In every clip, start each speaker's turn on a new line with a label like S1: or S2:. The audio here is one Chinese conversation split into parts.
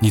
S1: 你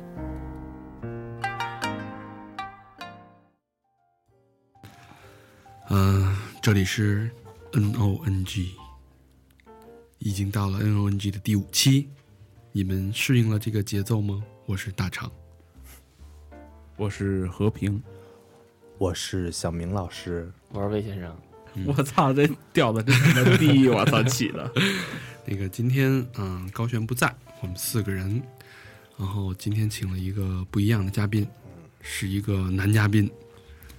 S1: 嗯、这里是 N O N G，已经到了 N O N G 的第五期，你们适应了这个节奏吗？我是大肠，
S2: 我是和平。
S3: 我是小明老师，
S4: 我是魏先生，
S2: 我操，这掉的真他妈低， 我操起的。
S1: 那个今天嗯、高璇不在，我们四个人，然后今天请了一个不一样的嘉宾，是一个男嘉宾，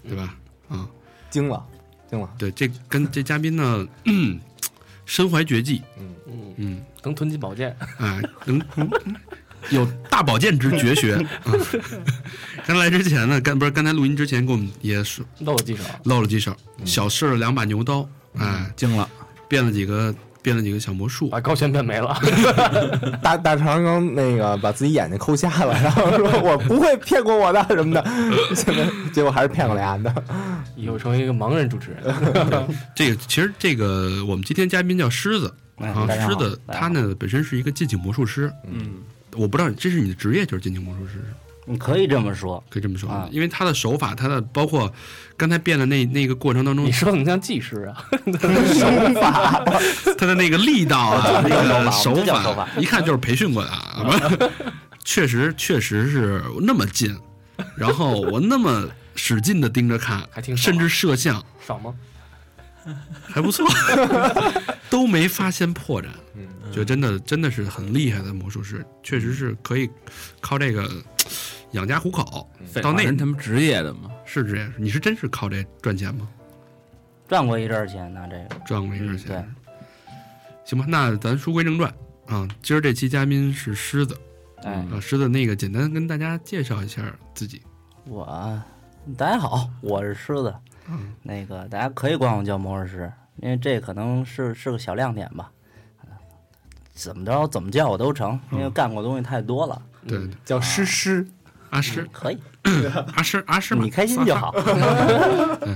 S1: 对吧？啊、
S3: 惊了，惊了，
S1: 对，这跟这嘉宾呢， 身怀绝技，
S3: 嗯，
S4: 嗯，
S1: 嗯，
S4: 能囤积宝剑，
S1: 啊，能有大保健之绝学。啊、刚来之前呢，刚不是刚才录音之前给我们也是
S4: 漏了几 手，
S1: 露了几手，小试了两把牛刀，
S5: 嗯
S1: 哎，
S2: 惊了，
S1: 变了几个变了几个小魔术
S5: 哎
S4: 把。高悬变没了。
S3: 大大肠刚那个把自己眼睛抠瞎了，然后说我不会骗过我的什么的， 结果结果还是骗过俩的，
S4: 以后成为一个盲人主持 人，
S1: 这个其实这个我们今天嘉宾叫狮子
S5: 哎
S1: 啊，
S3: 大家好
S1: 狮子
S3: 大家
S1: 他
S3: 好
S1: 呢本身是一个近景魔术师，
S2: 嗯，
S1: 我不知道这是你的职业就是近景魔术师，
S5: 你可以这么说，
S1: 可以这么说吗
S5: 啊，
S1: 因为他的手法，他的包括刚才变的那那个过程当中
S4: 你，说的怎么像技师啊？
S1: 他的那个力道啊，那个手 法，
S5: 这叫手法
S1: 一看就是培训过的啊。确实，确实是那么近，然后我那么使劲的盯着看，
S4: 还
S5: 啊
S4: 挺爽
S1: 甚至摄像
S4: 爽吗？
S1: 还不错，都没发现破绽。
S3: 嗯，
S1: 就真的真的是很厉害的魔术师，确实是可以靠这个养家糊口。
S2: 嗯
S1: 到那
S2: 人他们职业的嘛，
S1: 是这样，你是真是靠这赚钱吗？
S5: 赚过一阵儿钱呢，这个
S1: 赚过一阵
S5: 嗯
S1: 钱。行吧，那咱书归正传啊，今儿这期嘉宾是狮子。
S5: 哎，
S1: 啊，狮子，那个简单跟大家介绍一下自己。
S5: 我大家好，我是狮子，
S1: 嗯
S5: 那个大家可以管我叫魔术师，因为这可能是是个小亮点吧，怎么着怎么叫我都成，因为干过东西太多了，
S1: 对，对
S3: 叫诗诗，
S1: 阿
S3: 嗯
S1: 诗，
S5: 可以，
S1: 阿诗，阿诗嘛，
S5: 嗯你开心就
S1: 哈哈。
S5: 好，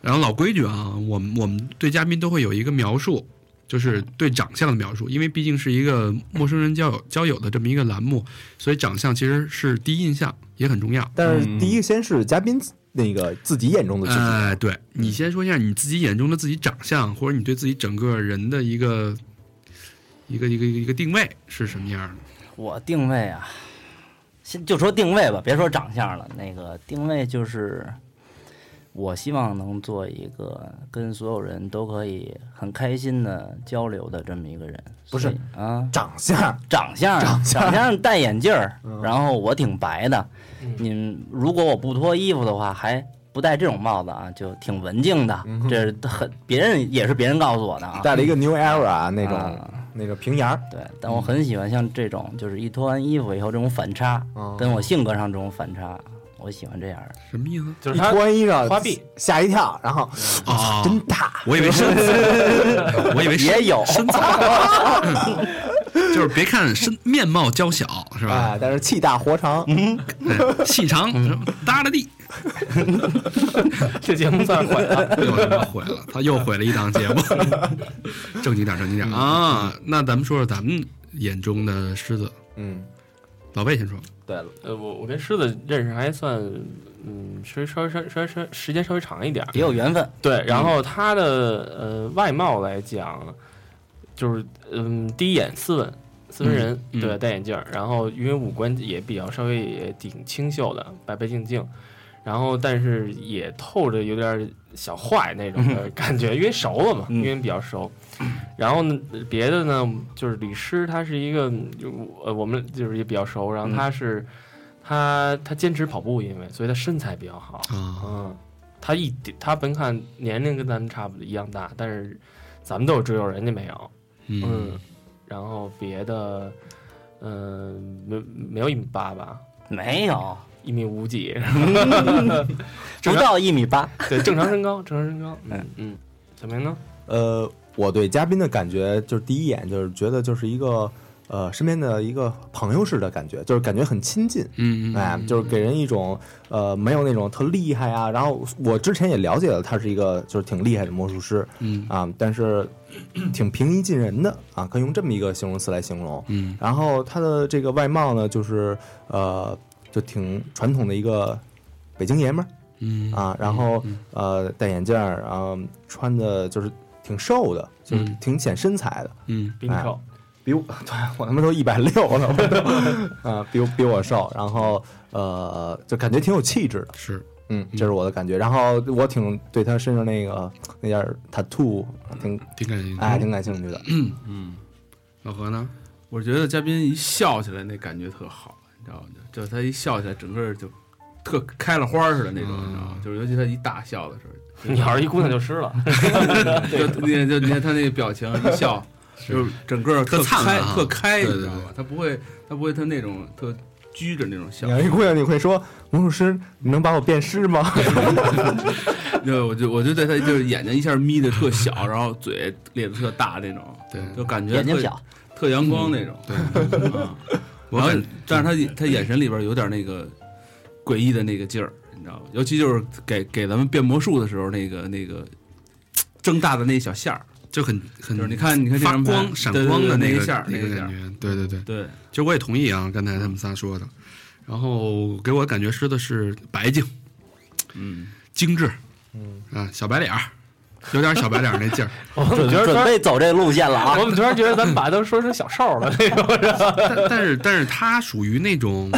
S1: 然后老规矩啊，我们我们对嘉宾都会有一个描述，就是对长相的描述，因为毕竟是一个陌生人交友交友的这么一个栏目，所以长相其实是第一印象也很重要。
S3: 但是第一个先是嘉宾那个自己眼中的自己，
S1: 哎，对你先说一下你自己眼中的自己长相，或者你对自己整个人的一个一个一个一个一个定位是什么样的？
S5: 我定位啊，先就说定位吧，别说长相了。那个定位就是，我希望能做一个跟所有人都可以很开心的交流的这么一个人。
S3: 不
S5: 所
S3: 是
S5: 以啊，
S3: 长相，
S5: 长相，长
S3: 相
S5: 相戴眼镜儿，然后我挺白的。你们如果我不脱衣服的话，还不戴这种帽子啊，就挺文静的。这是很别人也是别人告诉我的啊。
S3: 带了一个 New Era 那种
S5: 啊
S3: 那个平沿儿，
S5: 对，但我很喜欢像这种，就是一脱完衣服以后这种反差，
S3: 哦
S5: 跟我性格上这种反差，我喜欢这样的。
S1: 什么意思？
S4: 就是
S3: 一
S4: 他
S3: 脱完衣裳，
S4: 花臂
S3: 吓一跳，然后
S1: 啊，
S3: 真大，
S1: 我以为身材， 我以为身
S5: 也有
S1: 身材， 就是别看身面貌娇小是吧？
S3: 哎，但是气大活长，
S1: 哎细长，耷拉地，
S4: 这节目算毁了。
S1: 又他妈毁了，他又毁了一档节目。 正经点，正
S2: 嗯
S1: 经点啊！那咱们说说咱们眼中的狮子，
S3: 嗯，
S1: 老魏先说。
S3: 对了，
S4: 呃，我我跟狮子认识还算，嗯，稍微稍微稍微稍微稍微时间稍微长一点儿。
S5: 也有缘分，
S4: 对，
S1: 嗯
S4: 然后他的呃外貌来讲，就是嗯第一眼斯文，斯文人，
S1: 嗯嗯
S4: 对，戴眼镜儿，然后因为五官也比较稍微也挺清秀的，白白净净，然后但是也透着有点小坏那种
S1: 嗯
S4: 的感觉，因为熟了嘛，因为比较熟。然后呢，别的呢，就是李诗，他是一个，就呃，我们就是也比较熟。然后
S1: 嗯
S4: 他是，他他坚持跑步，因为所以他身材比较好。
S1: 啊，
S4: 嗯，他一点他甭看年龄跟咱们差不多一样大，但是咱们都有追求，人家没有。
S1: 嗯，
S4: 嗯，然后别的，嗯、没没有一米八吧，
S5: 没有，
S4: 一米五 几，
S5: 不到一米八，
S4: 对，正常身高，正常身高。嗯嗯，小明呢？
S3: 呃，我对嘉宾的感觉就是第一眼就是觉得就是一个呃身边的一个朋友似的感觉，就是感觉很亲近，
S1: 嗯嗯
S3: 哎，就是给人一种呃没有那种特厉害啊。然后我之前也了解了他是一个就是挺厉害的魔术师
S1: 嗯
S3: 啊，但是挺平易近人的啊，可以用这么一个形容词来形容。
S1: 嗯
S3: 然后他的这个外貌呢，就是呃就挺传统的一个北京爷们儿。
S1: 嗯
S3: 啊，然后呃戴眼镜儿，然后穿的就是挺瘦的，就是
S1: 嗯
S3: 挺显身材的，
S1: 嗯
S4: 比你
S3: 哎
S4: 瘦，
S3: 比我 对我他妈都一百六了，我 都啊比我比我瘦，然后呃就感觉挺有气质的，
S1: 是
S3: 嗯，这是我的感觉。然后我挺对他身上那个那件儿 tattoo 挺
S1: 挺感兴趣。
S3: 哎挺感兴趣的，
S1: 嗯老何呢？
S2: 我觉得嘉宾一笑起来那感觉特好，你知道吗？就他一笑起来，整个就特开了花似的那种，
S1: 嗯
S2: 你知道吗？就是尤其他一大笑的时候，
S4: 你要是一姑娘就湿 了。
S2: 就你就你看他那个表情一笑，就是整个
S1: 特灿
S2: 开
S1: 烂啊
S2: 特开，
S1: 对
S2: 你
S1: 对
S2: 知道吧？他不会他不会他那种特拘着那种笑
S3: 你。要一姑娘你会说魔术师，你能把我变湿吗？
S1: 嗯
S2: 对，我就我就对他就是眼睛一下眯的特小，然后嘴咧的特大那种，
S1: 对
S2: 就感觉
S5: 眼睛
S2: 特
S5: 小，
S2: 特阳光那种。对，
S1: 我
S2: 然后
S1: 感
S2: 但是他他眼神里边有点那个诡异的那个劲儿，你知道吗？尤其就是给给咱们变魔术的时候，那个那个睁大的那小馅儿，
S1: 就很很
S2: 就是你看你看这
S1: 嗯发
S2: 张牌
S1: 光闪光的
S2: 对对对
S1: 那
S2: 那
S1: 个
S2: 馅儿
S1: 那个
S2: 个馅
S1: 感
S2: 儿，
S1: 觉，对对对。
S2: 对，
S1: 其实我也同意啊，刚才他们仨说的。然后给我感觉吃的是白净、
S2: 嗯，
S1: 精致
S3: 嗯，
S1: 啊，小白脸儿，有点小白脸儿那劲儿。
S4: 我们
S5: 准
S4: 觉 得突
S5: 准
S4: 然，
S5: 备走这路线了啊
S4: 我！们突然觉得咱们把他说成小瘦了那种。
S1: 但但是但是他属于那种，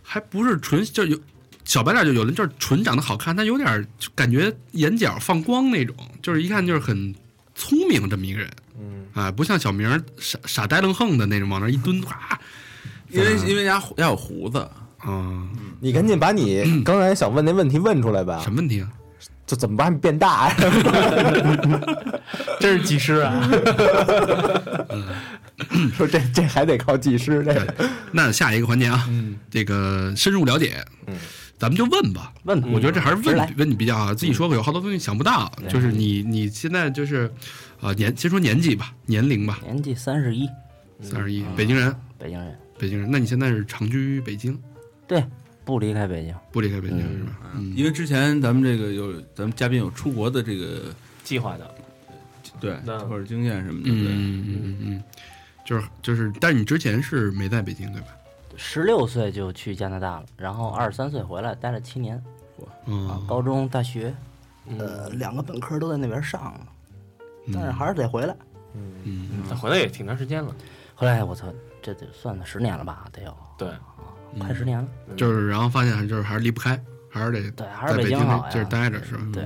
S1: 还不是纯就有小白脸，就有人就是纯长得好看，但有点就感觉眼角放光那种，就是一看就是很聪明这么一个人
S3: 嗯，
S1: 啊，不像小明儿傻傻呆愣横的那种，往那儿一蹲，哗
S2: 因为因为人家人家有胡子，
S1: 啊，
S3: 你赶紧把你刚才想问那问题问出来吧
S1: 嗯什，么问题啊？
S3: 就怎么把你变大呀？
S4: 真是技师啊！
S3: 说这这还得靠技师，这个
S1: 那下一个环节啊，
S3: 嗯
S1: 这个深入了解，
S3: 嗯
S1: 咱们就问吧。
S5: 问
S1: 我觉得这还是
S5: 嗯直
S1: 问
S5: 来
S1: 问你比较好，自己说过有好多东西想不到，
S3: 嗯
S1: 就是你你现在就是，呃年先说年纪吧，年龄吧，
S5: 年纪三十一，
S1: 三十一，北京人，
S5: 北京人，
S1: 北京人。那你现在是长居北京，
S5: 对，不离开北京。
S1: 不离开北京是吧？
S5: 啊
S1: 嗯
S2: 因为之前咱们这个有咱们嘉宾有出国的这个
S4: 计划的，
S2: 对
S4: 那
S2: 或者经验什么的，
S1: 嗯
S2: 对。
S1: 嗯嗯嗯，就是就是，但是你之前是没在北京对吧？
S5: 十六岁就去加拿大了，然后二十三岁回来，待了七年啊，
S1: 嗯，
S5: 高中、大学，
S4: 嗯，
S5: 呃，两个本科都在那边上了，
S1: 嗯
S5: 但是还是得回来。
S1: 嗯
S4: 他回来也挺长时间了。
S5: 后来我操，这得算算十年了吧，得有
S4: 对，
S5: 快十年了。
S1: 就是然后发现就是还是离不开，还是得
S5: 对，还
S1: 在
S5: 是
S1: 北
S5: 京
S1: 京
S5: 好
S1: 这
S5: 呀。
S1: 这儿待着是吧？
S5: 对，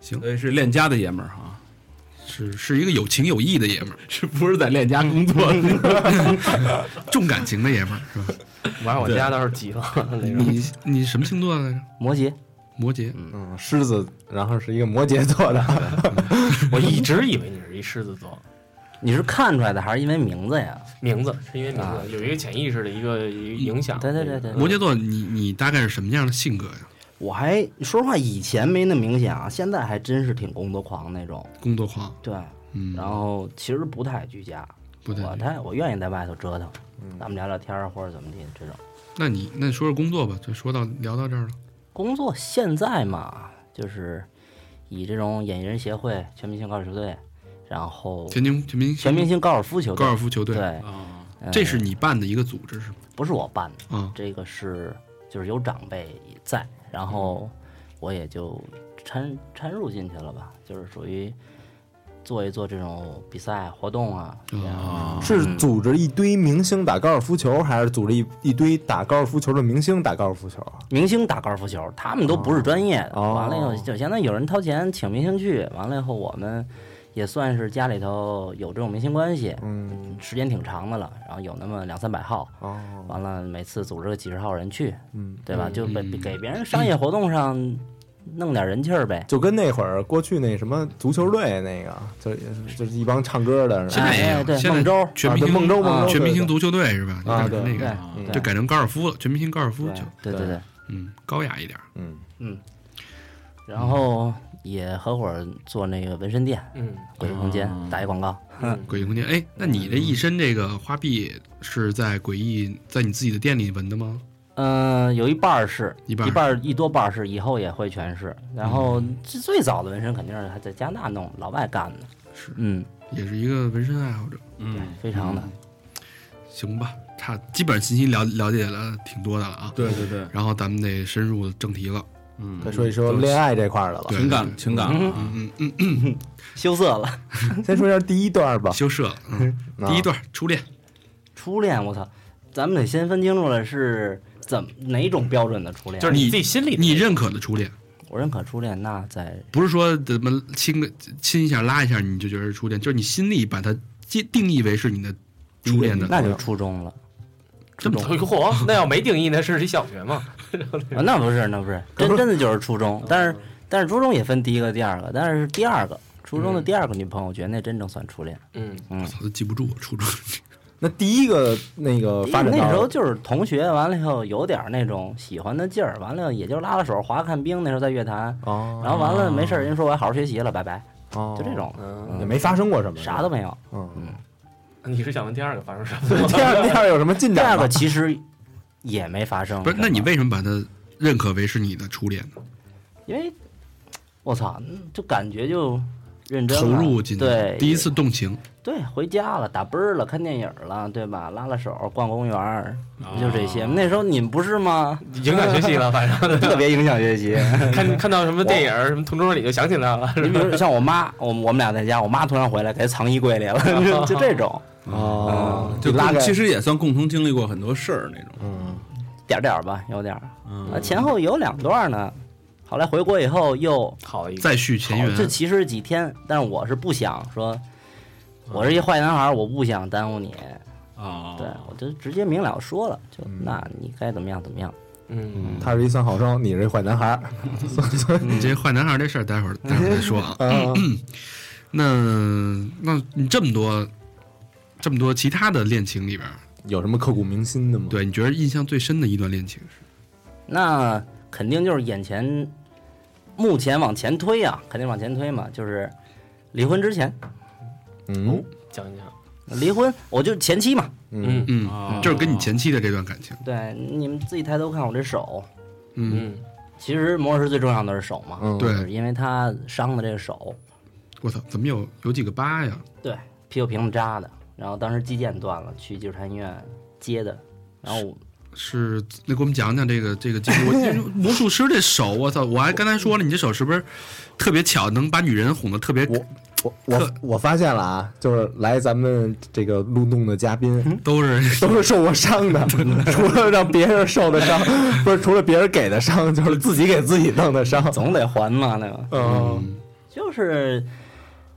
S1: 行，
S2: 所以是恋家的爷们儿哈，
S1: 嗯是是一个有情有义的爷们儿，
S2: 是不是在恋家工作的？
S1: 重感情的爷们儿是吧？
S4: 我把我家倒是急了 那种。
S1: 你你什么星座来着？
S5: 摩羯，
S1: 摩羯。
S3: 嗯，狮子，然后是一个摩羯座的，
S4: 我一直以为你是一狮子座，
S5: 你是看出来的还是因为名字呀？
S4: 名字是因为名字有一个潜意识的一个一个影响。
S5: 对对对对
S1: 摩羯座，你你大概是什么样的性格呀？
S5: 我还说实话，以前没那明显啊，现在还真是挺工作狂那种。
S1: 工作狂，
S5: 对，
S1: 嗯，
S5: 然后其实不太居家，
S1: 不
S5: 嗯
S1: 太
S5: 我太我愿意在外头折腾，咱们聊聊天儿或者怎么地这种。
S1: 那你那说说工作吧，就说到聊到这儿了。
S5: 工作现在嘛，就是以这种演艺人协会、全明星高尔夫球队，然后
S1: 全明全明
S5: 全明星高尔夫球队
S1: 高尔夫球队，
S5: 对，
S2: 啊，
S5: 呃
S1: 这是你办的一个组织是吗？
S5: 不是我办的？
S1: 啊，
S5: 这个是就是有长辈在，然后我也就掺掺入进去了吧，就是属于做一做这种比赛活动啊，这样
S2: 啊
S3: 是组织一堆明星打高尔夫球，还是组织一一堆打高尔夫球的明星打高尔夫球啊？
S5: 明星打高尔夫球，他们都不是专业的。
S3: 哦
S5: 完了以后，就相当于有人掏钱请明星去，完了以后我们也算是家里头有这种明星关系，
S3: 嗯，
S5: 时间挺长的了，然后有那么两三百号，
S3: 哦，
S5: 完了每次组织个几十号人去，
S3: 嗯，
S5: 对吧？就给
S1: 嗯
S5: 给别人商业活动上弄点人气儿呗。
S3: 就跟那会儿过去那什么足球队那个，就是就是一帮唱歌的，是
S1: 现
S3: 吧
S1: 在也
S5: 哎
S1: 有
S5: 对
S1: 现在
S3: 孟州
S1: 全
S3: 啊
S1: 明
S3: 对
S1: 星
S3: 孟州孟州
S1: 全明星
S3: 队
S1: 足球队是吧？
S3: 啊
S1: 你看那
S5: 对
S1: 个
S2: 啊
S5: 对，
S1: 就改成高尔夫了，全明星高尔夫球，
S5: 对对对。
S1: 嗯，高雅一点儿。
S3: 嗯
S5: 嗯，然后也合伙做那个纹身店
S4: 嗯
S5: 鬼空间
S2: 啊
S5: 打一广告。
S4: 嗯，
S1: 诡异空间。哎，那你的一身这个花臂是在诡异在你自己的店里纹的吗？
S5: 嗯，有一半儿是，
S1: 一
S5: 一
S1: 半儿嗯
S5: 儿一多半儿是，以后也会全是。然后这最早的纹身肯定是还在加拿大弄，老外干的。
S1: 是，
S5: 嗯，
S1: 也是一个纹身爱好者。
S5: 对
S2: 嗯，，
S5: 非常的。
S1: 行吧，差基本信息了了解了挺多的了啊。
S2: 对对对，
S1: 然后咱们得深入正题了。
S2: 嗯
S3: 再，说一说恋爱这块儿的了。
S1: 对
S2: 情感情感了啊，
S1: 嗯嗯，
S5: 羞涩了。
S3: 先说一下第一段吧。
S1: 羞涩了。嗯，
S3: 啊
S1: 第一段初恋，
S5: 初恋，我操，咱们得先分清楚了是怎么哪种标准的初恋。
S4: 就是
S1: 你
S4: 你自己心里
S1: 你认可的初恋，
S5: 我认可初恋，那在
S1: 不是说怎么亲个亲一下拉一下你就觉得是初恋，就是你心里把它界定义为是你的初恋的。
S5: 那就初中了。
S1: 这么
S4: 哎呦嚯，那要没定义那是一小学嘛？
S5: 啊，那不是，那不是，真真的就是初中。
S1: 嗯
S5: 但是但是初中也分第一个、第二个，但是第二个初中的
S1: 嗯
S5: 第二个女朋友，我觉得那真正算初恋。
S4: 嗯，
S5: 嗯
S1: 我，操，都记不住初中。
S3: 那第一个那
S1: 呃
S3: 个发展
S5: 那时候
S3: 到
S5: 就是同学，完了以后有点那种喜欢的劲儿，完了也就拉拉手、滑看冰。那时候在乐坛，
S3: 哦
S5: 然后完了没事儿，人说我要好好学习了，拜拜，
S3: 哦，
S5: 就这种，
S4: 嗯
S3: 也没发生过什么，
S5: 啥都没有。
S3: 是吧。嗯，
S4: 你是想问第二个发生什么？
S3: 第二第二有什么进
S5: 第二
S3: 展吗
S5: 个？其实也没发生。
S1: 不是，那你
S5: 为。
S1: 为什么把它认可为是你的初恋呢？
S5: 因为我操，就感觉就认真了
S1: 投入进去，
S5: 对，
S1: 第一次动情，
S5: 对回家了，打啵儿了，看电影了，对吧？拉拉手，逛公园儿，
S1: 哦
S5: 就这些。那时候你们不是吗？
S4: 影响学习了，反正
S5: 特别影响学习。
S4: 看看到什么电影儿、什么同桌你就想起来了。
S5: 你比如像我妈，我们我们俩在家，我妈突然回来，给她藏衣柜里了，就就这种嗯
S3: 哦，
S2: 就
S3: 你拉
S2: 共
S3: 开
S2: 其实也算共同经历过很多事儿那种，
S3: 嗯，
S5: 点儿点儿吧，有点儿。啊，
S2: 嗯，
S5: 前后有两段呢。后来回国以后又
S4: 好一个，
S1: 再续前
S5: 这
S1: 缘。
S5: 其实是几天，但是我是不想说，我是一坏男孩儿，我不想耽误你。
S1: 哦
S2: 啊，
S5: 对，我就直接明了说了，就那你该怎么样怎么样。
S4: 嗯，
S3: 他是一三好生，你是一坏男孩儿。。
S1: 你这坏男孩这事儿，待会儿待会儿再说啊
S3: 嗯，
S1: 那那你这么多这么多其他的恋情里边儿，
S3: 有什么刻骨铭心的吗？
S1: 对你觉得印象最深的一段恋情是？
S5: 那肯定就是眼前，目前往前推啊，肯定往前推嘛，就是离婚之前，哦
S3: 嗯
S4: 讲一讲，
S5: 离婚我就前妻嘛，
S3: 嗯，
S1: 嗯
S2: 啊，
S1: 就是跟你前妻的这段感情。
S5: 对，你们自己抬头看我这手，
S1: 嗯，
S4: 嗯，
S5: 其实魔术师最重要的是手嘛，
S3: 嗯
S1: 对
S5: 就是因为他伤的这个手，
S1: 我操，怎么有有几个疤呀？
S5: 对，屁股瓶子扎的，然后当时肌腱断了，去救产医院接的，然后我
S1: 是那给我们讲讲这个这个经历。我因为魔术师这手，我 操！我还刚才说了，你这手是不是特别巧，能把女人哄得特 别
S3: 我我我我发现了啊，就是来咱们这个路动的嘉宾，
S1: 都是
S3: 都是受过伤的， 除了让别人受的伤，不是除了别人给的伤，就是自己给自己弄的伤。
S5: 总得还嘛，那个
S3: 嗯
S5: 就是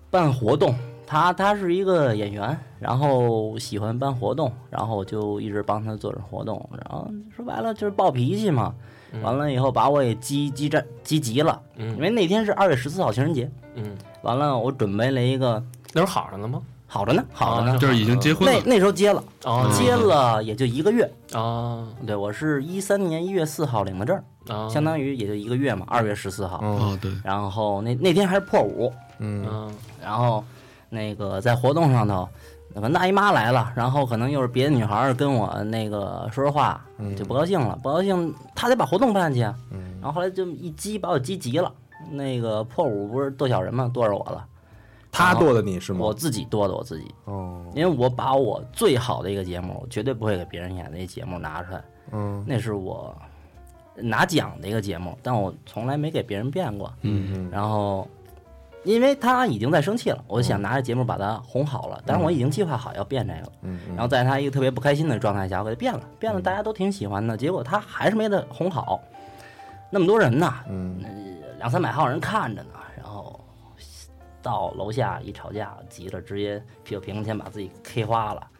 S5: 办活动，他他是一个演员，然后喜欢办活动，然后我就一直帮他做着活动，然后说白了就是暴脾气嘛。完了以后把我也激激战激急了，因为那天是二月十四号情人节，
S4: 嗯，
S5: 完了我准备了一个
S4: 那时候好上了吗？
S5: 好着呢，好着呢，
S4: 啊
S1: 就是已经结婚
S5: 那
S1: 了。
S5: 那时候接了，
S4: 哦
S5: 接了也就一个月，
S4: 啊
S5: 对我是一三年一月四号领的证，
S4: 啊，
S5: 相当于也就一个月嘛，二月十四号，
S3: 嗯
S1: 哦，对，
S5: 然后那那天还是破五，
S3: 嗯，
S4: 嗯
S5: 然后那个在活动上头，那个大姨妈来了，然后可能又是别的女孩儿跟我那个说说话，就不高兴了，不高兴，她得把活动办去啊。然后后来就一激把我激急了，那个破五不是剁小人嘛，剁着我了，
S3: 他剁的你是吗
S5: 我？自己剁的我自己，
S3: 哦，
S5: 因为我把我最好的一个节目，我绝对不会给别人演的一节目拿出来，
S3: 嗯
S5: 那是我拿奖的一个节目，但我从来没给别人变过。
S3: 嗯
S5: 然后，因为他已经在生气了，我想拿着节目把他哄好了，但是我已经计划好要变这个了。
S3: 嗯
S5: 然后在他一个特别不开心的状态下，我给他变了，变了，大家都挺喜欢的，结果他还是没得哄好，那么多人呢，
S3: 嗯
S5: 两三百号人看着呢，然后到楼下一吵架，急了，直接屁股平先把自己 K 花了。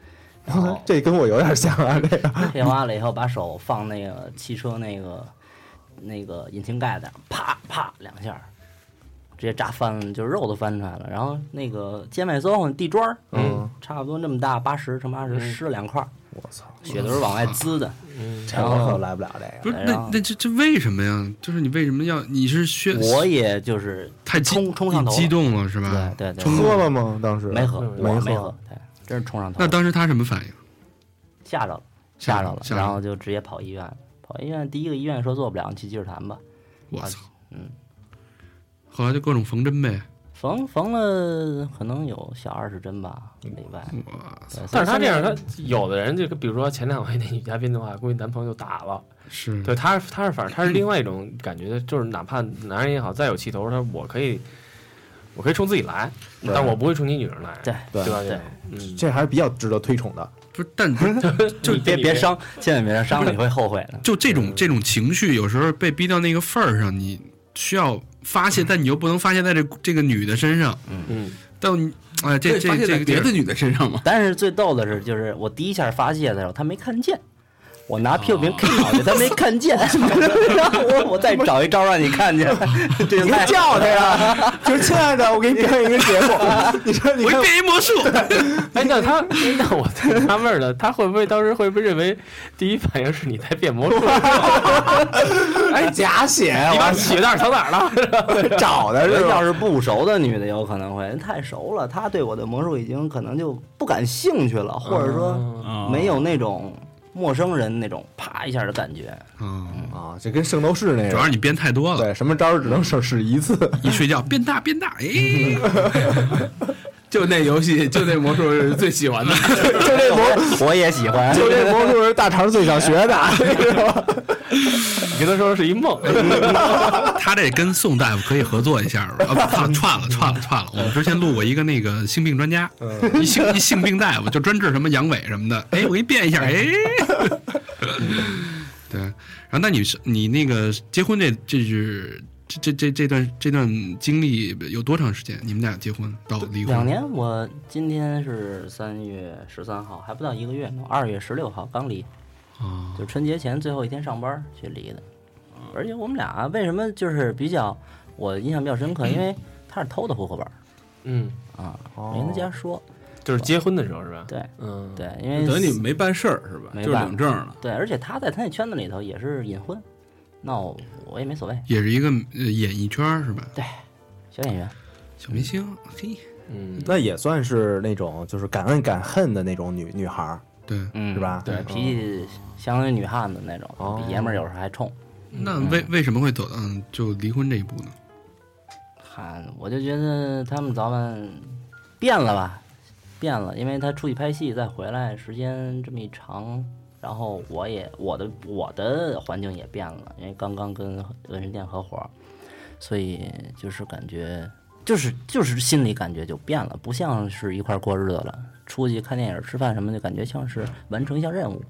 S5: 然后
S3: 嗯，这跟我有点像啊，这个。
S5: K 花了以后，把手放那个汽车那个那个引擎盖那儿，啪啪两下儿，直接炸翻了，就是肉都翻出来了。然后那个肩外松地砖儿，
S3: 嗯，
S5: 差不多那么大，八十乘八十，湿了两块儿，
S3: 我操，
S5: 血都是往外滋的。
S4: 嗯，
S3: 这我可来不了这
S1: 不
S3: 个。
S1: 是
S5: 哎
S1: 那
S5: 呀
S1: 那这这为什么呀？就是你为什么要你是宣
S5: 我也就是
S1: 太激
S5: 冲冲上头
S1: 你
S5: 了
S1: 激动了是吧？
S5: 对对对，
S1: 冲
S3: 喝了吗？当时
S5: 没喝，
S4: 嗯
S5: 我
S3: 没
S5: 没
S3: 喝
S5: 喝，对，真是冲上头
S1: 那
S5: 了，
S1: 当时他什么反应？
S5: 吓着了，
S1: 吓
S5: 吓
S1: 着
S5: 着
S1: 了
S5: 了，
S1: 吓着了
S5: 然后就直接跑医院，跑医院第一个医院说做不了，你去积水潭吧，
S1: 我
S5: 啊
S1: 操！
S5: 嗯，
S1: 后来就各种缝针呗。
S5: 缝缝了可能有小二十针吧，一个礼拜。
S1: 我
S5: 对
S4: 但是他这样，他有的人就跟比如说前两位那女嘉宾的话，估计男朋友就打了。
S1: 是
S4: 对，他是他是反正他是另外一种感觉，就是哪怕男人也好，再有气头，他我可以我可以冲自己来，
S3: 对
S4: 但我不会冲你女人来，
S5: 对
S3: 对
S4: 吧？
S5: 对
S4: 这种，嗯，
S3: 这还是比较值得推崇的。
S1: 不是？但
S5: 就别
S4: 你
S5: 别伤，千万别伤，伤了你会后悔的。
S1: 就这
S2: 嗯
S1: 种这种情绪，有时候被逼到那个份儿上，你需要发
S2: 嗯
S1: 泄，但你又不能发泄在这这个女的身上。
S4: 嗯，
S1: 但你哎，
S2: 可
S1: 这
S2: 以
S1: 这
S2: 发泄在
S1: 这个地
S2: 别
S1: 儿
S2: 的女的身上吗？
S5: 但是最逗的是，就是我第一下发泄的时候，他没看见，我拿
S4: 哦
S5: 屁股平 K 脑袋，他没 看见，然后我我再找一招让你看 见，这
S3: 你
S5: 就
S3: 就
S5: 太
S3: 叫他 呀，就是亲爱的，我给你表演一个节目。你说，你
S1: 我
S3: 看
S1: 一，变一魔术，
S4: 哎，那他那我挺纳闷的，他会不会当时会不会认为第一反应是你在变魔术？
S3: 哎，假血，
S4: 你把血袋藏哪儿了？
S3: 我 找的是
S5: 要
S3: 吧？
S5: 是不熟的女的有可能会，太熟了，她对我的魔术已经可能就不感兴趣了，或者说
S4: 哦
S2: 啊
S5: 没有那种陌生人那种啪一下的感觉。
S1: 嗯，
S3: 啊，这跟圣斗士那
S1: 主要是
S3: 个，
S1: 你变太多了，
S3: 对，什么招儿只能使使一次。
S1: 一睡觉变大变大，哎，
S2: 就那游戏，就那魔术是最喜欢的。
S5: 就这 魔，我也喜欢。
S3: 就这魔术是大肠最想学的， 是吧？
S4: 你跟他说是一梦，
S1: 他这跟宋大夫可以合作一下，啊，操串了串了串了。我们之前录过一个那个性病专家，一性一性病大夫，就专治什么阳痿什么的。哎，我给你变一下，哎， 对。然后那你是你那个结婚这这是这这这这段这段经历有多长时间？你们俩结婚到离婚
S5: 两年，我今天是三月十三号，还不到一个月呢。二月十六号刚离，
S1: 啊？
S5: 就春节前最后一天上班去离的。而且我们俩为什么就是比较，我印象比较深刻，因
S2: 嗯
S5: 为他是偷的户口本儿
S4: 嗯，
S5: 啊，
S2: 哦
S5: 没跟家说。
S4: 就是结婚的时候是吧？
S5: 对
S4: 嗯，
S5: 对，因为
S2: 等于你们没办事儿是吧？
S5: 没
S2: 就是
S5: 办
S2: 领证了。
S5: 对，而且他在他那圈子里头也是隐婚，那我我也没所谓，
S1: 也是一个呃演艺圈儿是吧？
S5: 小演员。
S1: 小明星，嘿，
S4: 嗯，
S3: 那也算是那种就是敢爱敢恨的那种女女孩儿，
S1: 对。
S5: 嗯
S3: 是吧
S5: 对
S3: 嗯，
S5: 脾气相当于女汉子那种，
S3: 哦
S5: 比爷们儿有时候还冲。
S1: 那为为什么会走到嗯就离婚这一步呢？
S5: 喊，我就觉得他们早晚变了吧，变了，因为他出去拍戏再回来时间这么一长，然后我也我的我的环境也变了，因为刚刚跟纹身店合伙，所以就是感觉就是就是心里感觉就变了，不像是一块儿过日子了。出去看电影、吃饭什么的，感觉像是完成一项任务。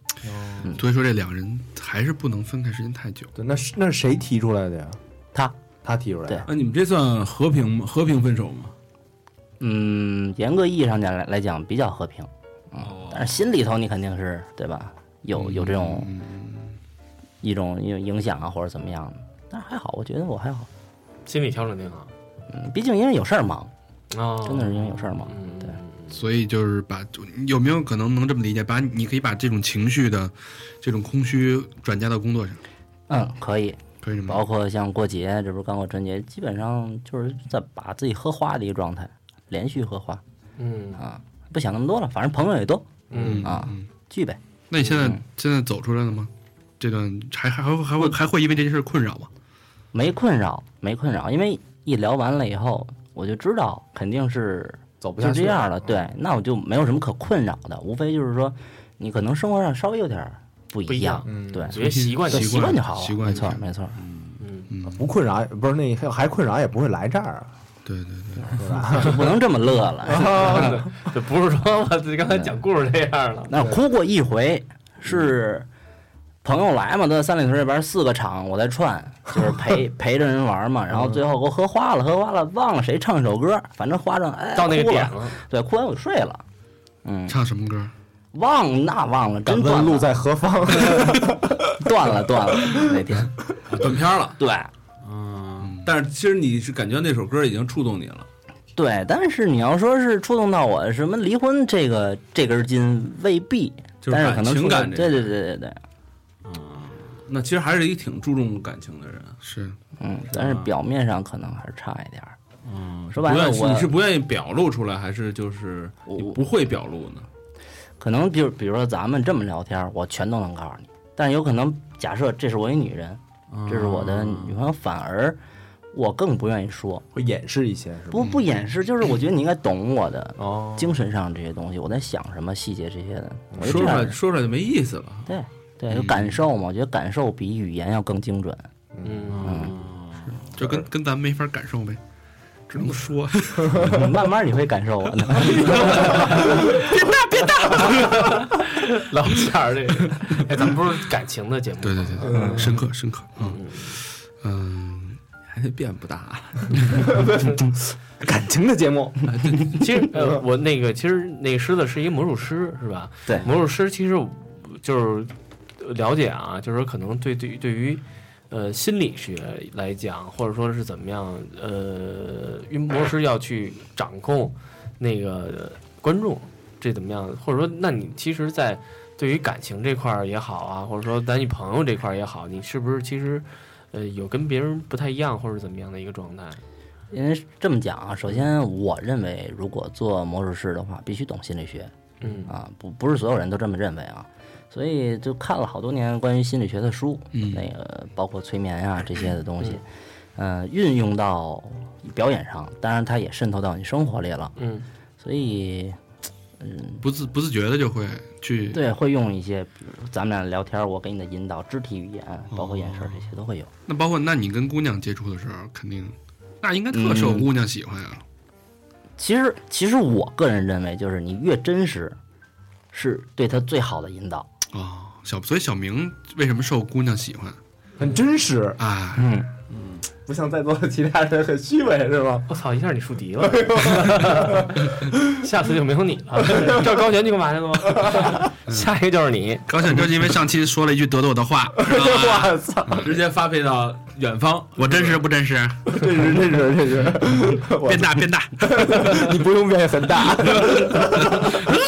S1: 所以说这两人还是不能分开时间太久。
S3: 对，那是那是谁提出来的呀？
S5: 他，
S3: 他提出来的。
S2: 那你们这算和平吗？和平分手吗？
S5: 嗯，严格意义上讲来来讲比较和平，嗯，但是心里头你肯定是对吧？有有这种嗯一种一种影响啊，或者怎么样的。但是还好，我觉得我还好，
S4: 心理调整挺好
S5: 嗯，毕竟因为有事儿忙，
S4: 啊，
S5: 真的是因为有事儿忙。
S4: 嗯，
S5: 对
S1: 所以就是把有没有可能能这么理解？把你可以把这种情绪的这种空虚转嫁到工作上，
S5: 嗯，可以，
S1: 可以吗
S5: 包？括像过节，这不是刚过春节，基本上就是在把自己喝花的一个状态，连续喝花
S4: 嗯
S5: 啊，不想那么多了，反正朋友也多
S4: 嗯
S5: 啊，聚呗。
S1: 那你现在、现在走出来了吗？这段还还还会还会还会因为这件事困扰吗？
S5: 没困扰，没困扰，因为一聊完了以后，我就知道肯定是
S3: 走不下
S5: 就
S3: 去
S5: 这样了。对，那我就没有什么可困扰的，无非就是说，你可能生活上稍微有点儿不
S4: 不一
S5: 一样，
S3: 嗯
S5: 对，
S4: 觉得习惯
S5: 对
S4: 习
S5: 习
S1: 惯
S5: 惯就好了，
S1: 习惯
S5: 没
S1: 就
S5: 错
S1: 行
S5: 没错。
S4: 嗯，
S3: 不困扰，不是那还还困扰也不会来这儿啊，
S1: 对对对，
S3: 对吧？
S5: 就不能这么 乐了。
S4: 这不是说我自己刚才讲故事那样了，
S5: 那哭过一回是朋友来嘛，都在三里屯这边四个场，我在串，就是陪陪着人玩嘛，然后最后给我喝花了，喝花了，忘了谁唱一首歌，反正花上哎
S4: 到那个
S5: 哭了
S4: 点了，
S5: 对，哭完我就睡了。嗯，
S1: 唱什么歌？
S5: 忘那忘了，
S3: 敢
S5: 真
S3: 问
S5: 断
S3: 路
S5: 了，
S3: 在何 方？
S5: 断了断了那天。
S2: 啊断片儿了。
S5: 对
S2: 嗯，但是其实你是感觉那首歌已经触动你了。
S5: 对，但是你要说是触动到我什么离婚这个这根筋，未必，
S2: 就是
S5: 但是
S2: 感
S5: 可能
S2: 情
S5: 出
S2: 感
S5: 于
S2: 这
S5: 对
S2: 个
S5: 对对对对，
S2: 那其实还是一个挺注重感情的人。啊
S1: 是
S5: 嗯，
S2: 是
S5: 但是
S2: 吧
S5: 表面上可能还是差一点儿。
S2: 嗯
S5: 说白了我
S2: 你是不愿意表露出来，还是就是你不会表露呢？
S5: 可能比如比如说咱们这么聊天儿，我全都能告诉你，但有可能假设这是我一女人，
S2: 啊
S5: 这是我的女朋友，反而我更不愿意说，
S3: 会掩饰一些
S2: 嗯
S3: 是吧？
S5: 不不掩饰，就是我觉得你应该懂我的
S4: 哦，
S5: 精神上这些东西，我在想什么细节这些的，我就
S2: 说出
S5: 这
S2: 来
S5: 样。
S2: 说出来就没意思了。
S5: 对对，有感受嘛，我觉得感受比语言要更精准。
S4: 嗯，
S1: 就跟跟咱们没法感受呗，只能说。
S5: 慢慢你会感受我的。
S4: 老片儿这个，哎，咱们不是感情的节目，
S1: 对对对，对，深刻深刻啊，嗯，
S2: 还是变不大，
S3: 感情的节目，
S4: 其实呃，我那个其实那个狮子是一魔术师，是吧？
S5: 对
S4: 魔术师其实就是了解啊，就是说可能对对于对于呃心理学来讲，或者说是怎么样，呃，因为魔术师要去掌控那个观众这怎么样，或者说，那你其实，在对于感情这块儿也好啊，或者说男女朋友这块儿也好，你是不是其实呃有跟别人不太一样，或者怎么样的一个状态？
S5: 因为这么讲啊，首先我认为，如果做魔术师的话，必须懂心理学
S4: 嗯
S5: 啊，不不是所有人都这么认为啊。所以就看了好多年关于心理学的书，那个包括催眠啊这些的东西，嗯、运用到表演上，当然它也渗透到你生活里了。
S4: 嗯
S5: 所以
S1: 不自不自觉的就会去
S5: 对，会用一些，比如咱们俩聊天，我给你的引导、肢体语言，包括眼神儿这些都会有。
S1: 那包括，那你跟姑娘接触的时候，肯定那应该特受姑娘喜欢啊。
S5: 其实，其实我个人认为，就是你越真实，是对他最好的引导。
S1: 哦，小所以小明为什么受姑娘喜欢
S3: 很真实，
S1: 啊？
S3: 不像在座的其他人很虚伪是吧？
S4: 我操！一下你树敌了，
S5: 哎
S4: 下次就没有你 了。这高悬你干嘛去了吗？
S5: 嗯
S4: 下一个就是你，
S1: 高晓就是因为上期说了一句得得我的话，知道吧
S3: 我操，
S2: 直接发配到远方。
S1: 我真实不真实？
S3: 这是这是这 是，我
S1: 变大变大，
S3: 你不用变很大，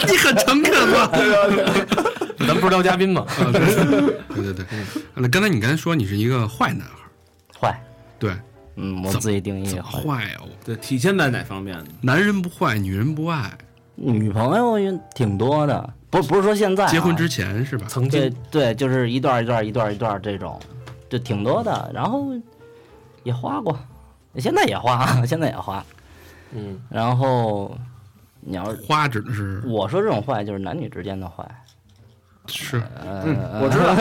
S1: 你很诚恳嘛。
S2: 啊
S4: 咱不是聊嘉宾吗？
S1: 啊 对对对，那刚才你刚才说你是一个坏男孩，
S5: 坏，
S1: 对，
S5: 嗯，我
S1: 怎么
S5: 自己定义
S1: 怎么
S5: 坏。
S1: 坏哦？
S2: 对，体现在哪方面呢？
S1: 男人不坏，女人不爱。
S5: 女朋友也挺多的，不不是说现在、啊
S3: 啊
S1: 结婚之前是吧？
S4: 曾
S5: 对
S4: 经
S5: 对，就是一段一段一段一段这种，就挺多的。然后也花过，现在也花， 现在也花。
S4: 嗯，
S5: 然后你要是
S1: 花指的是
S3: 嗯
S5: 我说这种坏，就是男女之间的坏。
S1: 是
S5: 呃，
S3: 我知道，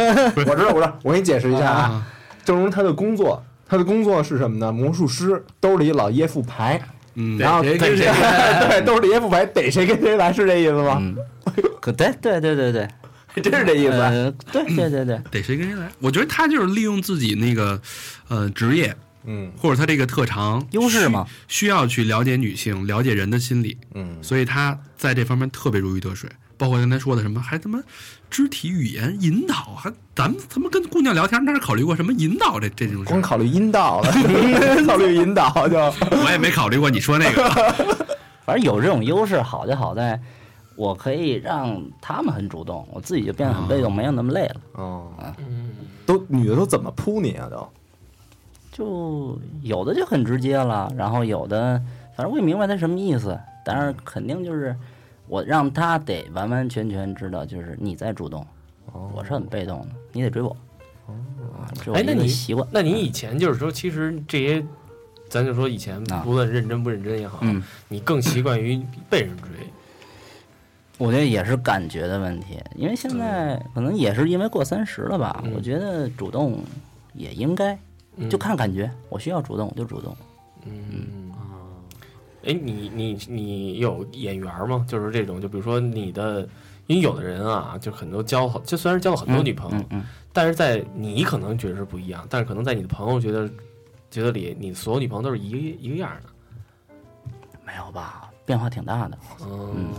S3: 我知道，我知道，我给你解释一下啊，
S1: 啊，
S3: 正如他的工作，他的工作是什么呢？魔术师，兜里老掖副牌，
S1: 嗯，
S3: 然后
S2: 谁跟谁
S3: 对，兜里掖副牌，逮谁跟谁来，是这意思吗？
S5: 嗯，可对对对对对，
S3: 真是这意思。啊
S5: 呃，对对对对，
S1: 得谁跟谁来？我觉得他就是利用自己那个呃职业
S3: 嗯
S1: 或者他这个特长
S5: 优势嘛，
S1: 需要去了解女性，了解人的心理，
S3: 嗯，
S1: 所以他在这方面特别如鱼得水。包括刚才说的什么，还他妈肢体语言引导，还咱们他妈跟姑娘聊天，哪儿考虑过什么引导这这种事
S3: 光
S1: 儿？
S3: 考虑阴道了， 考虑引导 就
S1: 我也没考虑过你说那 个。
S5: 反正有这种优势，好就好在我可以让他们很主动，我自己就变得很被动，没有那么累了。
S4: 啊
S3: 哦，
S4: 嗯
S3: 都女的都怎么扑你啊？都
S5: 就有的就很直接了，然后有的反正我也明白他什么意思，但是肯定就是我让他得完完全全知道，就是你在主动，
S4: 哦
S5: 我是很被动的，你得追我。啊这我
S4: 哎那
S5: 一个
S4: 你
S5: 习惯，
S4: 那你以前就是说，其实这些，咱就说以前
S5: 啊
S4: 无论认真不认真也好，
S5: 嗯，
S4: 你更习惯于被人追。
S5: 我觉得也是感觉的问题，因为现在可能也是因为过三十了吧，
S4: 嗯
S5: 我觉得主动也应该，
S4: 嗯
S5: 就看感觉，我需要主动我就主动。
S4: 嗯哎，你你你有眼缘吗？就是这种，就比如说你的，因为有的人啊，就很多交好，就虽然交了很多女朋友，
S5: 嗯嗯，
S4: 但是在你可能觉得是不一样，但是可能在你的朋友觉得觉得里，你所有女朋友都是一个一个样儿的。
S5: 没有吧？嗯变化挺大的。
S4: 嗯，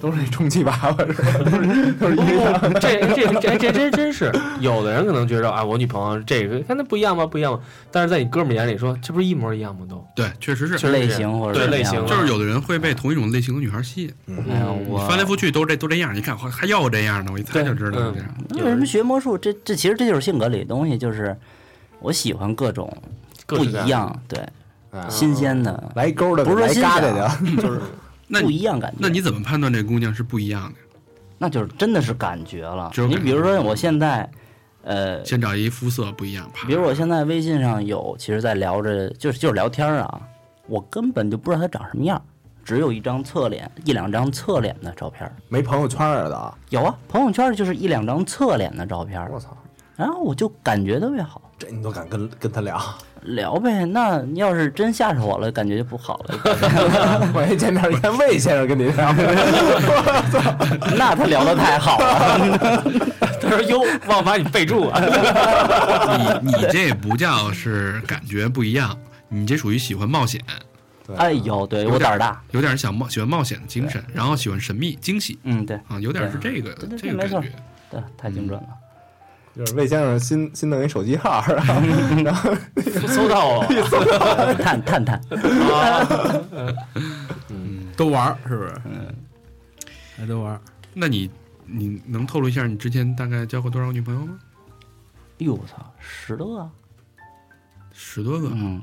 S3: 都是那充气娃娃是吧？都是都是一个样
S4: 不不哦这这这这真真是，有的人可能觉得啊，我女朋友这个看她不一样吗？不一样吗？但是在你哥们儿眼里说，这不是一模一样吗？都
S1: 对，确实是，
S4: 确实
S5: 类
S4: 是
S5: 型或者
S4: 对
S5: 怎么
S4: 类
S5: 样
S4: 型
S5: 的
S1: 就是有的人会被同一种类型的女孩吸引，
S5: 哎呀，
S4: 嗯
S5: 我
S1: 翻来覆去都这都这样，你看还还要这样的，我一猜就知道
S4: 嗯
S1: 是这样。
S5: 那为什么学魔术？这这其实这就是性格里的东西，就是我喜欢各种
S4: 各
S5: 不
S4: 式
S5: 一
S4: 各样嗯
S5: 样，对，
S3: 啊
S5: 新鲜的，
S3: 来勾的，
S5: 不是说
S3: 来
S5: 新
S3: 疙瘩
S5: 鲜
S3: 的
S5: 啊，，就是
S1: 那
S5: 不一样感觉。
S1: 那你怎么判断这姑娘是不一样的？
S5: 那就是真的是感觉了
S1: 只有。
S5: 你
S1: 感
S5: 比如
S1: 觉
S5: 说我现在，呃，
S1: 先找一肤色不一样，啪
S5: 比如我现在微信上有，其实在聊着，就是就是聊天儿啊，我根本就不知道他长什么样儿，只有一张侧脸，一两张侧脸的照片儿。
S3: 没朋友圈儿的啊！
S5: 有啊，朋友圈儿就是一两张侧脸的照片儿，
S3: 我操，
S5: 然后我就感觉特别好。
S3: 这你都敢跟跟他聊？
S5: 聊呗，那你要是真吓着我了，感觉就不好了。
S3: 我一见面一看魏先生跟你聊，
S5: 那他聊的太好了，
S4: 他说哟，忘把你备注哎了。
S1: 你你这不叫是感觉不一样，你这属于喜欢冒险，
S5: 哎呦，对
S1: 有
S5: 我
S1: 点
S5: 胆儿大，
S1: 有点想冒喜欢冒险的精神，然后喜欢神秘惊喜
S5: 嗯，对
S1: 啊，有点是这个
S5: 对对对
S1: 这个
S5: 没
S1: 感
S5: 错
S1: 觉。
S5: 对，太精准了。
S3: 就是魏先生新新弄一手机号儿，然后
S4: 搜到我了，
S5: 探探探，
S2: 都玩儿是不是？嗯，还都玩儿。
S1: 那你你能透露一下你之前大概交过多少个女朋友吗？
S5: 哎呦我操，十多啊，
S1: 十多个，
S5: 嗯，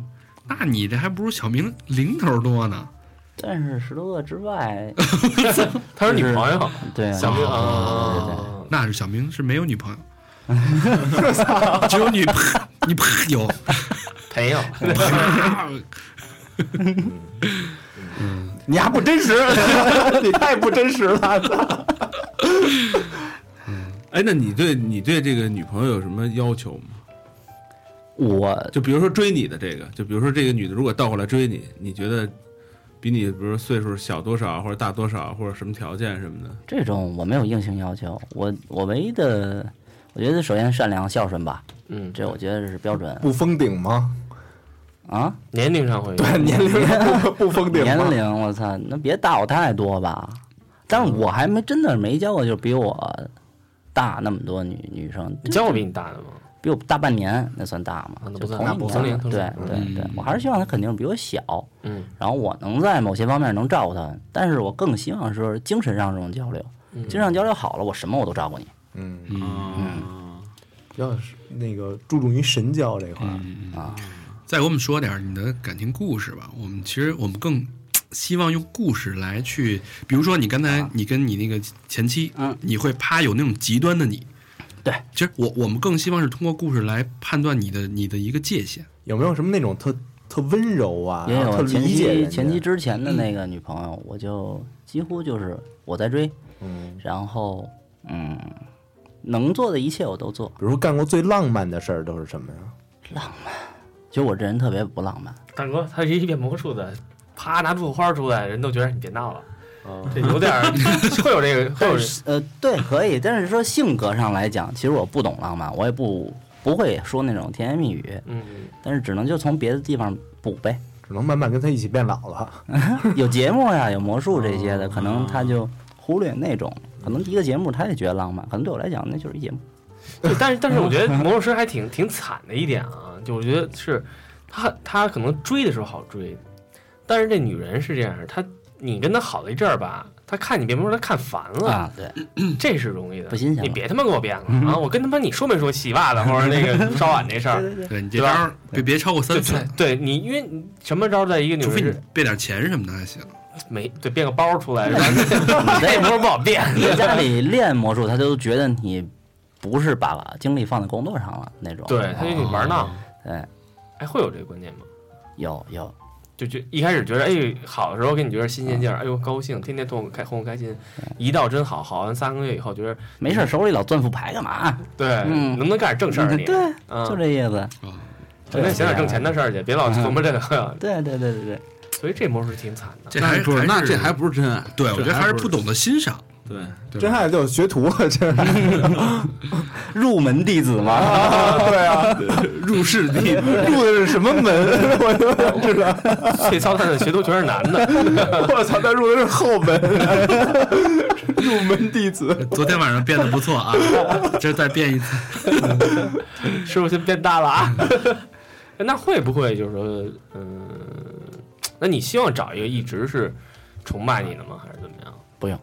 S1: 那你这还不如小明零头多呢。
S5: 但是十多个之外，
S4: 他说女朋友，
S5: 对啊，
S4: 小明
S5: 对对
S4: 啊，
S1: 那是小明是没有女朋 友，只有你啪你啪有
S4: 没有，
S1: 啪，
S3: 你还不真实，你太不真实了。
S2: 哎，那你对你对这个女朋友有什么要求吗？
S5: 我
S2: 就比如说追你的这个，就比如说这个女的如果倒过来追你，你觉得比你比如说岁数小多少，或者大多少，或者什么条件什么的？
S5: 这种我没有硬性要求，我我唯一的，我觉得首先善良孝顺吧，
S4: 嗯，
S5: 这我觉得是标准
S3: 不封顶吗？
S5: 啊。
S4: 年龄上会有，
S3: 年龄不不封顶
S5: 年
S3: 吗？
S5: 龄，我操，那别大我太多吧？但
S3: 嗯
S5: 是我还没真的没交过，就是比我大那么多女女生，
S4: 你教我比你大的吗？
S5: 比我大半年，那算大吗？
S4: 啊那不
S5: 就
S4: 算
S5: 同
S4: 那
S5: 一
S4: 不
S5: 年
S4: 算
S5: 了
S4: 同
S5: 对
S4: 龄
S5: 对对
S1: 嗯，
S5: 我还是希望她肯定比我小，
S4: 嗯
S5: 然后我能在某些方面能照顾她，但是我更希望是精神上这种交流，
S4: 嗯
S5: 精神上交流好了，我什么我都照顾你。
S3: 嗯，
S1: 嗯
S3: 要是那个注重于神交这块儿，
S1: 嗯
S5: 啊。
S1: 再给我们说点儿你的感情故事吧。我们其实我们更希望用故事来去，比如说你刚才你跟你那个前妻，
S5: 啊嗯，
S1: 你会啪有那种极端的你。
S5: 对，
S1: 其实我我们更希望是通过故事来判断你的你的一个界限。
S3: 有没有什么那种特特温柔啊，
S5: 也
S3: 特
S5: 有前
S3: 理解
S5: 期
S3: 人家
S5: 前期之前
S4: 嗯
S5: 的那个女朋友，我就几乎就是我在追，
S3: 嗯，
S5: 然后嗯，能做的一切我都做。
S3: 比如说干过最浪漫的事儿都是什么呀？
S5: 其实我这人特别不浪漫，
S4: 大哥，他是一变魔术的，啪拿束花出来，人都觉得你别闹了，
S1: 哦
S4: 这有点儿 会有这个会有这
S5: 呃，对，可以，但是说性格上来讲，其实我不懂浪漫，我也不不会说那种甜言蜜语，
S4: 嗯，
S5: 但是只能就从别的地方补 呗，
S3: 只能慢慢跟他一起变老了。
S5: 有节目呀，有魔术这些的，可能他就忽略那种，可能一个节目他也觉得浪漫，可能对我来讲那就是一节目，
S4: 对，但是但是我觉得魔术师还挺挺惨的一点啊，就我觉得是他他可能追的时候好追，但是这女人是这样，她你跟她好了一阵儿吧，她看你变魔术，她看烦了，
S5: 啊，对，
S4: 这是容易的，
S5: 不新鲜
S4: 你
S5: 了嗯
S4: 别他妈给我变了啊！我跟他妈你说没说洗袜子或者那个烧碗这事儿？
S1: 对你这
S4: 对
S1: 招
S4: 吧
S1: 儿别别超过三次，
S4: 对你，因为你什么招儿在一个女
S1: 除非
S4: 人
S1: 你
S4: 是
S1: 变点钱什么的还行。
S4: 没对变个包出来，是吧这不是不好变。
S5: 你在家里练魔术，他都觉得你不是把精力放在工作上了那 种，哦
S4: 对，他就你玩
S1: 哦
S4: 闹，
S5: 对，
S4: 哎，会有这个观念吗？
S5: 有有，
S4: 就就一开始觉得哎好的时候，跟你觉得新鲜劲儿，哎呦高兴，天天哄我开哄我开心，一到真好，好完三个月以后觉得
S5: 没事儿手里老攥副牌干嘛？
S4: 对，
S5: 嗯
S4: 能不能干点正事儿你？
S5: 对，
S4: 嗯，
S5: 就这意思，
S4: 整天想点挣钱的事儿去，别老琢磨这个。
S5: 对对对对对。
S4: 所以这魔术挺惨的，
S1: 这还
S2: 不是，那
S1: 还
S2: 这还不是真爱。
S1: 对，我觉得还是不
S2: 是
S1: 懂得欣赏。
S2: 对，
S1: 对吧
S3: 真爱就是学徒啊，这
S5: 入门弟子 嘛，
S3: 啊，对啊，
S2: 入室地，
S3: 入的是什么门？我就想知道。
S4: 最操蛋的学徒全是男的，
S3: 我操，他入的是后门，入门弟子。
S1: 昨天晚上变得不错啊，这再变一次。
S4: 师傅先变大了啊。 那会不会就是说，嗯，那你希望找一个一直是崇拜你的吗？还是怎么样？
S5: 不用，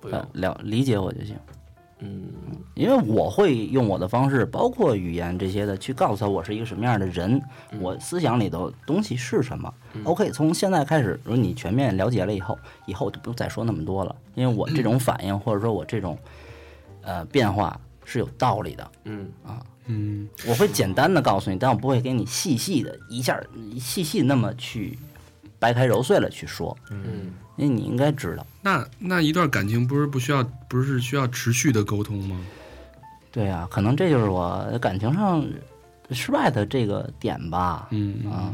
S4: 不
S5: 呃
S4: 用，
S5: 了理解我就行。
S4: 嗯
S5: 因为我会用我的方式，包括语言这些的，去告诉他我是一个什么样的人，
S3: 嗯
S5: 我思想里的东西是什么。OK，从现在开始，如果你全面了解了以后，以后就不再说那么多了，因为我这种反应或者说我这种呃变化是有道理的。
S4: 嗯，
S1: 嗯，
S5: 我会简单的告诉你，但我不会给你细细的一下儿细细那么去掰开揉碎了去说，
S4: 嗯，
S5: 因为你应该知道。
S1: 那那一段感情不是不需要，不是需要持续的沟通吗？
S5: 对呀、可能这就是我感情上失败的这个点吧。
S1: 嗯
S5: 啊，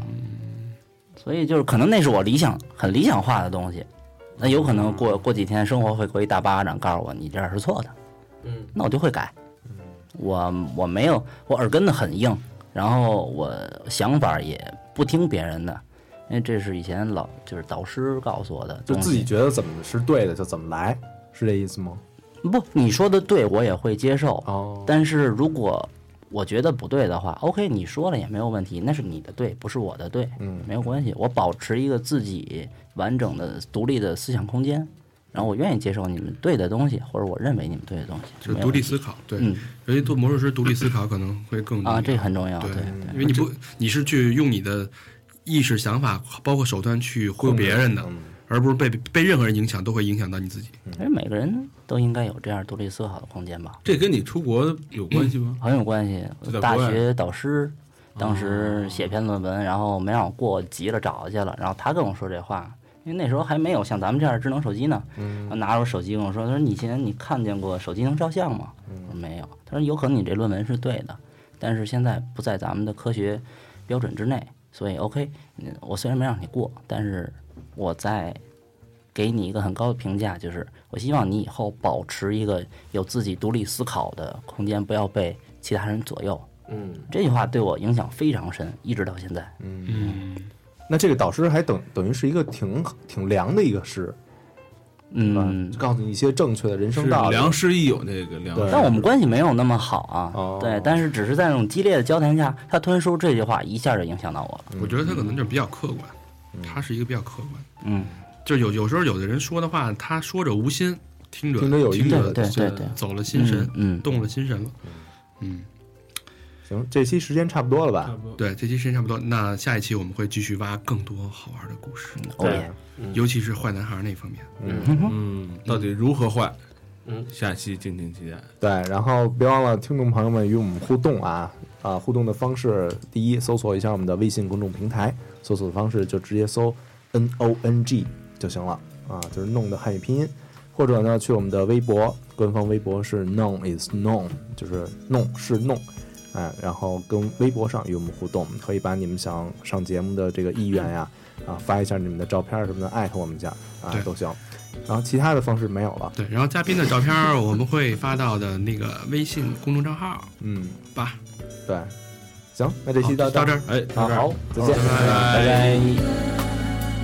S5: 所以就是可能那是我理想很理想化的东西，那有可能
S3: 嗯
S5: 过过几天生活会给我一大巴掌，告诉我你这样是错的，
S4: 嗯，
S5: 那我就会改。
S3: 嗯
S5: 我我没有我耳根子很硬，然后我想法也不听别人的，因为这是以前老就是导师告诉我的
S3: 就
S5: 东
S3: 自己
S5: 西
S3: 觉得怎么是对的就怎么来，是这意思吗？
S5: 不你说的对我也会接受，
S3: 哦，
S5: 但是如果我觉得不对的话，OK，你说了也没有问题，那是你的对，不是我的对，
S3: 嗯
S5: 没有关系。我保持一个自己完整的、独立的思想空间，然后我愿意接受你们对的东西，或者我认为你们对的东西，
S1: 就是
S5: 没有
S1: 独立
S5: 问题
S1: 思考，对，
S5: 嗯
S1: 尤其做魔术师独立思考可能会更
S5: 啊，这很重要，
S1: 对
S5: 对
S1: 因为你不你是去用你的意识、想法，包括手段去忽悠别人的，而不是被被任何人影响，都会影响到你自己。
S5: 因为每个人都应该有这样独立思考的空间吧，
S2: 这跟你出国有关系吗？
S5: 很有关系
S2: 就在。
S5: 大
S2: 国外
S5: 学导师当时写篇论文，然后没让我过，急了找去了，然后他跟我说这话。因为那时候还没有像咱们这样智能手机呢，
S2: 嗯
S5: 他拿着我手机跟我说：“他说你以前你看见过手机能照相吗？”
S2: 嗯
S5: 我说：“没有。”他说：“有可能你这论文是对的，但是现在不在咱们的科学标准之内，所以 OK，嗯我虽然没让你过，但是我在给你一个很高的评价，就是我希望你以后保持一个有自己独立思考的空间，不要被其他人左右。
S4: 嗯，
S5: 这句话对我影响非常深，一直到现在。
S3: 那这个导师还等等于是一个挺挺良的一个师，是吧
S5: 嗯
S3: 就，告诉你一些正确的人
S2: 是
S3: 生道理。
S2: 良师益友那个良
S3: 对
S2: 师，
S5: 但我们关系没有那么好啊。
S3: 哦
S5: 对，但是只是在那种激烈的交谈下，他突然说出这句话，一下就影响到我了。
S1: 我觉得他可能就是比较客观，他是一个比较客观，
S5: 嗯，
S1: 就有有时候有的人说的话，他说着无心，听着
S3: 听着有意
S1: 听着
S5: 对对对对，
S1: 走了心神，
S5: 嗯，嗯
S1: 动了心神了。嗯，
S3: 行，这期时间差不多了吧？
S1: 对，这期时间差不多，那下一期我们会继续挖更多好玩的故事，
S5: 哦耶，
S1: 尤其是坏男孩那方面。
S2: 嗯，到底如何坏？
S4: 嗯，
S2: 下期敬请期待。
S3: 对，然后别忘了听众朋友们与我们互动啊啊！互动的方式，第一，搜索一下我们的微信公众平台，搜索的方式就直接搜 N O N G 就行了啊，就是弄的汉语拼音，或者呢去我们的微博，官方微博是 Known is Known，就是弄是弄。哎，然后跟微博上与我们互动，可以把你们想上节目的这个意愿呀，啊发一下你们的照片什么的，艾特我们一下啊
S1: 对
S3: 都行。然后其他的方式没有了，
S1: 对，然后嘉宾的照片儿我们会发到的那个微信公众账号
S3: 嗯，
S1: 吧。
S3: 对，行，那这
S1: 好
S3: 期到
S1: 到这儿。
S2: 哎，
S3: 啊，好，再见，
S2: 拜
S3: 拜拜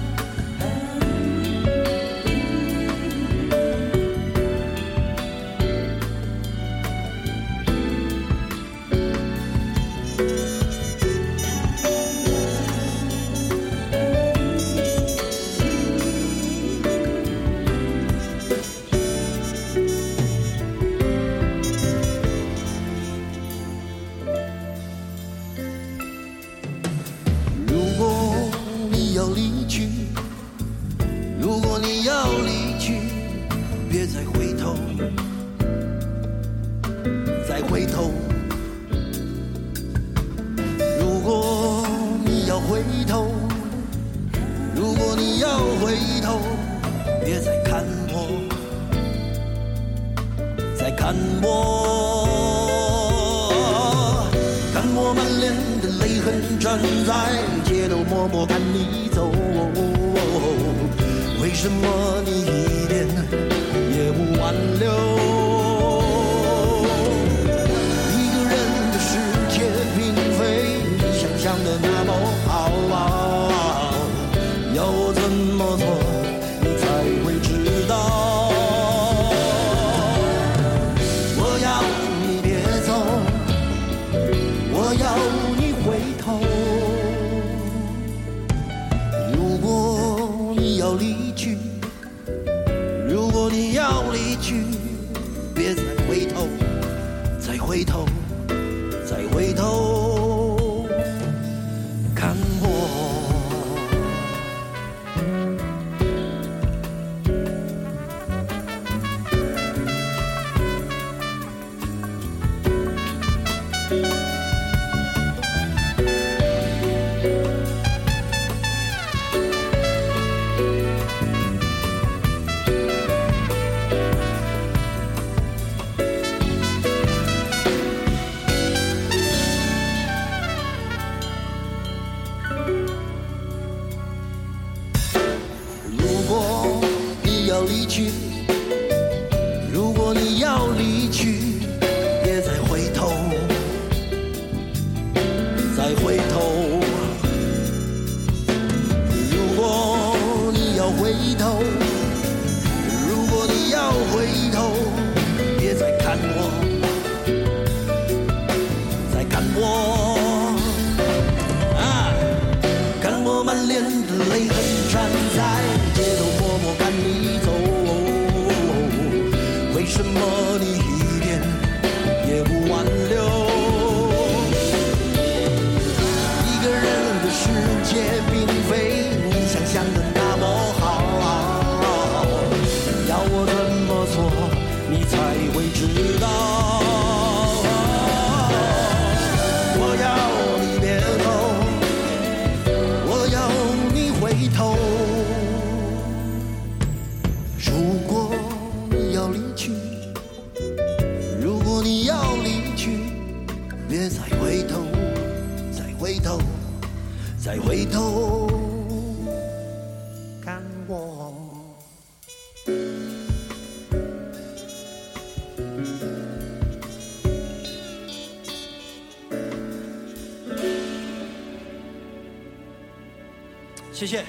S6: 如果你要离去，如果你要离去，别再回头，再回头。如果你要回头，如果你要回头，别再看我，再看我，看我满脸的泪痕站在街头，默默看你走。为什么你一点也不挽留？啊啊别再回头，再回头，再回头看我。谢谢。